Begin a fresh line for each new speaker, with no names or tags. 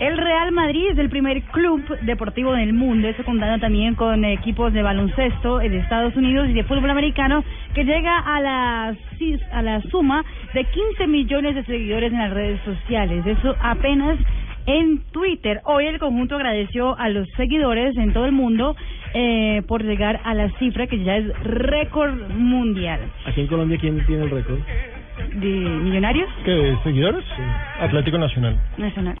El Real Madrid es el primer club deportivo del mundo, eso contando también con equipos de baloncesto de Estados Unidos y de fútbol americano, que llega a la, a la suma de 15 millones de seguidores en las redes sociales. Eso apenas en Twitter. Hoy el conjunto agradeció a los seguidores en todo el mundo eh, por llegar a la cifra que ya es récord mundial.
Aquí en Colombia, ¿quién tiene el récord?
¿De millonarios?
¿Qué? ¿Seguidores? Sí. Atlético Nacional.
Nacional.